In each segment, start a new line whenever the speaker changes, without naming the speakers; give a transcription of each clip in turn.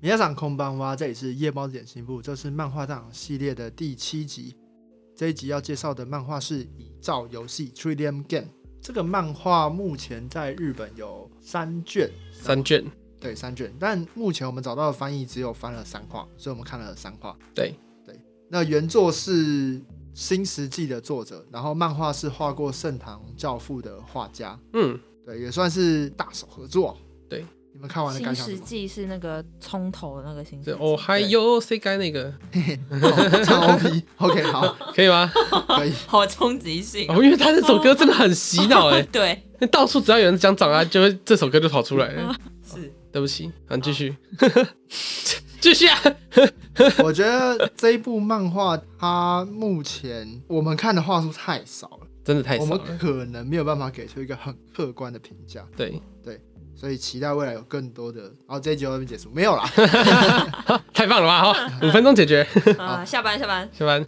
皆さん空班哇，这里是夜猫点心部，这是漫画档系列的第七集。这一集要介绍的漫画是《乙照游戏 Trillium Game》。这个漫画目前在日本有三卷，
三卷，
对，三卷。但目前我们找到的翻译只有翻了三话，所以我们看了三话。
对
对，那原作是新石纪的作者，然后漫画是画过《盛唐教父》的画家，
嗯，
对，也算是大手合作。
对，
你们看
哦
完的
新
感想是
世
什么？
纪是那个葱头的那个新世
是
纪，
哦嗨哟 C 该那个
哦 超 OP。OK，好，
可以 吗？
可以。
好冲击性。，
哦，因为他这首歌真的很洗脑哎
对，
那到处只要有人讲长啊，就会这首歌就跑出来了。
是
对不起，啊，继续， 继续啊，
我觉得这一部漫画，它目前我们看的话术太少了，
真的太
我
少
们
了。
可能没有办法给出一个很客观的评价，
对，
所以期待未来有更多的。然后这一集到这边结束，没有 啦。
太棒了吧！哈，五分钟解决，
啊，下班下班，
小凡，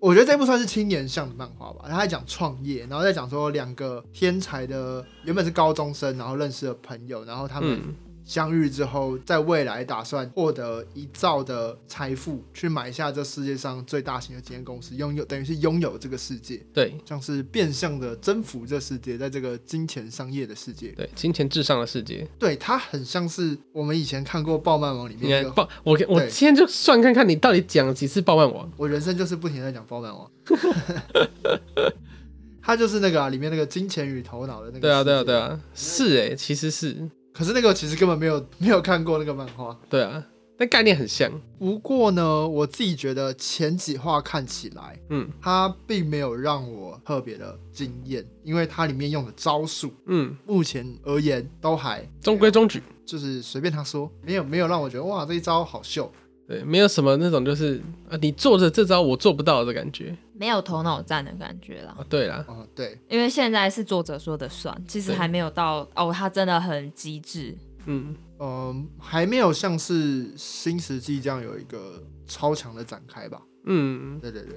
我觉得这部算是青年向的漫画吧，他在讲创业，然后再讲说两个天才的原本是高中生，然后认识的朋友，然后他们
嗯，
相遇之后，在未来打算获得一兆的财富，去买下这世界上最大型的基金公司，拥有等于是拥有这个世界，
对
像是变相的征服这世界，在这个金钱商业的世界，
对，金钱至上的世界。
对它很像是我们以前看过《暴漫网》里
你
面
看
那个，
报，我我
对
今天就算看看你到底讲了几次报万王。
我人生就是不停地在讲《暴漫网》， 它就是那个、啊、里面那个金钱与头脑的那个，
对啊，对啊，对。啊，是哎，其实是，
可是那个其实根本没有 没有看过那个漫画，
对啊，但概念很像。
不过呢，我自己觉得前几话看起来，
嗯
它并没有让我特别的惊艳，因为它里面用的招数，
嗯，
目前而言都还
中规中矩。
就是随便他说，没有没有让我觉得哇这一招好秀，
对，没有什么那种就是啊，你做着这招我做不到的感觉
没有头脑战的感觉啦。
啊。对啦，
哦、对，
因为现在是作者说的算，其实
对
还没有到哦，他真的很机智，
嗯，
嗯、还没有像是新石纪这样有一个超强的展开吧，
嗯，
对对对。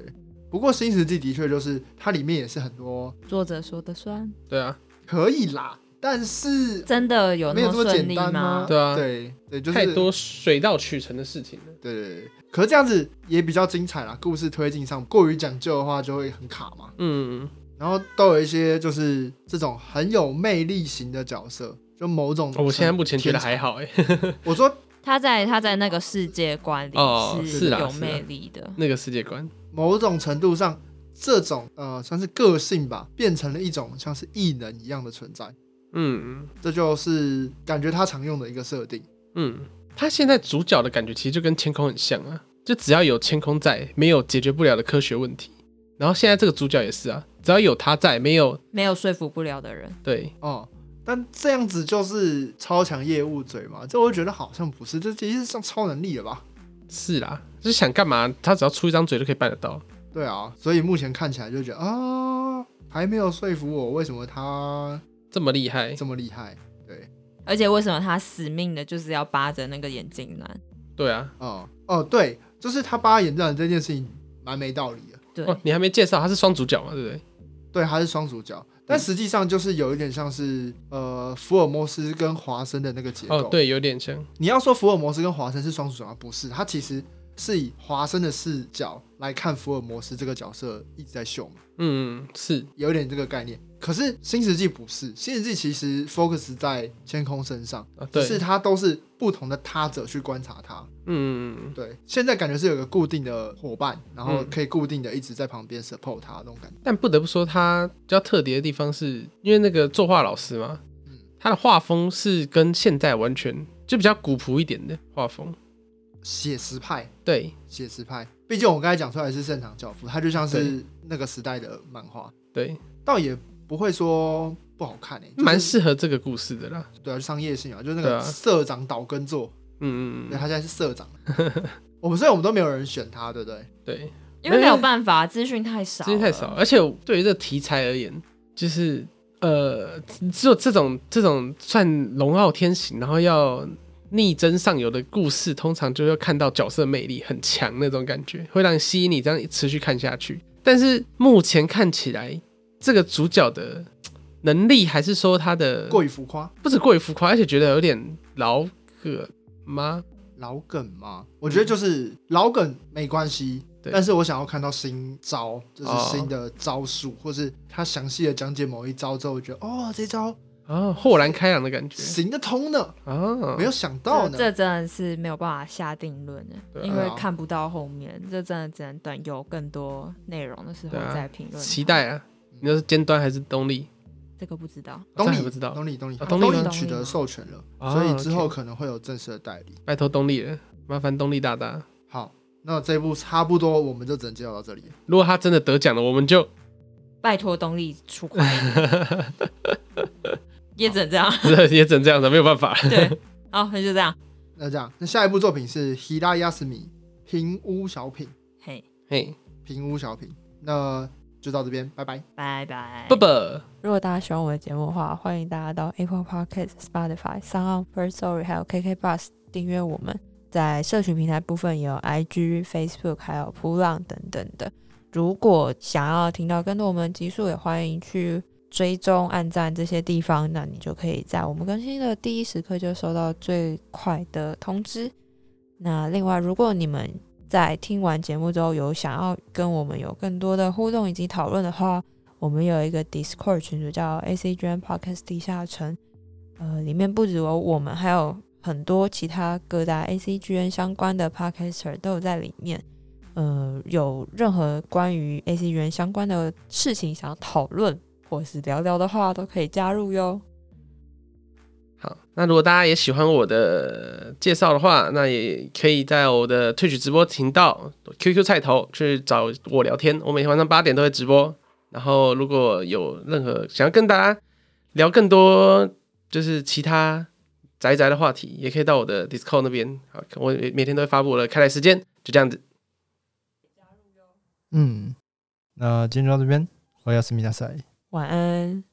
不过新石纪的确就是它里面也是很多
作者说的算，
对啊，
可以啦，但是
真的有
没有
那
这么
顺
简
利
单吗？
对啊
对对，就是
太多水到渠成的事情了。
对对对，可是这样子也比较精彩啦。故事推进上过于讲究的话，就会很卡嘛。
嗯，
然后都有一些就是这种很有魅力型的角色，就某种、
哦我现在目前觉得还好哎、欸
我说
他在他在那个世界观
哦
里
是啦
有
是啦
魅力的，
那个世界观，
某种程度上，这种呃算是个性吧，变成了一种像是异能一样的存在。
嗯
这就是感觉他常用的一个设定。
嗯，他现在主角的感觉其实就跟天空很像啊，就只要有天空在，没有解决不了的科学问题。然后现在这个主角也是啊，只要有他在，没有
没有说服不了的人。
对
哦，但这样子就是超强业务嘴嘛？这我就觉得好像不是，这其实像超能力了吧？
是啦，就是想干嘛，他只要出一张嘴就可以办得到。
对啊，所以目前看起来就觉得啊，还没有说服我，为什么他
这么厉害，
这么厉害
而且为什么他死命的就是要扒着那个眼镜男？
对啊，
哦、哦，对，就是他八眼战这件事情蛮没道理的。
对，
哦，你还没介绍他是双主角嘛，对不对？
对，他是双主角，
嗯
但实际上就是有一点像是呃福尔摩斯跟华生的那个结构。
哦，，对，有点像，
你要说福尔摩斯跟华生是双主角吗，不是，他其实是以华生的视角来看福尔摩斯这个角色一直在秀嘛，
嗯，是，
有点这个概念。可是新世纪不是，新世纪其实 focus 在天空身上。
啊，
只
对，
是他都是不同的他者去观察他。
嗯，
对，现在感觉是有个固定的伙伴，然后
嗯
可以固定的一直在旁边 support 他那种感觉。
但不得不说，他比较特别的地方是因为那个作画老师嘛
嗯，
他的画风是跟现在完全就比较古朴一点的画风。
写实派，
对
写实派，毕竟我刚才讲出来是《盛唐教父》，它就像是那个时代的漫画，
对，
倒也不会说不好看诶、欸，就是
蛮适合这个故事的啦。
对啊，就商业性啊，就是那
对
个
啊
社长岛根座，
嗯
对
嗯，嗯
他现在是社长， 我们所以我们都没有人选他，对不对？
对，
因为没有办法，资讯太少，
哎资讯太少，，而且对于这个题材而言，就是呃，只有这种这种算龙傲天行，然后要。逆增上游的故事，通常就要看到角色魅力很强那种感觉，会让你吸引你这样持续看下去。但是目前看起来，这个主角的能力，还是说他的
过于浮夸，
不止过于浮夸，而且觉得有点老葛吗？
老梗嘛，我觉得就是老梗没关系，
对
但是我想要看到新招，就是
哦
新的招数，或是他详细的讲解某一招之后，我觉得哦，这招
啊，豁然开朗的感觉
行得通呢，
啊，
没有想到
这
呢。
这真的是没有办法下定论的，
对啊
因为看不到后面，这真的只能等有更多内容的时候
对啊
再评论。
期待啊！你那是尖端还是动力？
这个不知道，
东
这
里
还不知道
东里东里，
啊
哦东
东
里
里
吗
已经取得授权了，
啊
所以之后
OK
可能会有正式的代理。
拜托动力了，麻烦动力大大。
好，那这部差不多我们就只能介绍到这里。
如果他真的得奖了，我们就
拜托东力出快一点，也只能这样。
也只能这样子，没有办法。
对，好，那就这样。
那这样，那下一部作品是《希拉亚斯米平屋小品》，
嘿，
嘿，
平屋小品，那就到这边，拜拜。
拜拜。
不不。
如果大家喜欢我的节目的话，欢迎大家到 Apple Podcast、Spotify、s o n First Story 还有 KK Bus 订阅我们。在社群平台部分也有 IG、Facebook 还有扑浪等等的。如果想要听到更多我们的集数，也欢迎去追踪、按赞这些地方，那你就可以在我们更新的第一时刻就收到最快的通知。那另外，如果你们在听完节目之后有想要跟我们有更多的互动以及讨论的话，我们有一个 Discord 群组叫 ACGN Podcast 地下城，呃，里面不只有我们，还有很多其他各大 ACGN 相关的 Podcaster 都有在里面。呃，有任何关于 ACGN 相关的事情想要讨论或是聊聊的话，都可以加入哟。
好，那如果大家也喜欢我的介绍的话，那也可以在我的 Twitch 直播频道 QQ 菜头去找我聊天。我每天晚上八点都会直播。然后如果有任何想要跟大家聊更多，就是其他宅宅的话题，也可以到我的 Discord 那边。好，我每天都会发布我的开台时间，就这样子。
嗯，那今天就到这边，我要思密达赛。
晚安。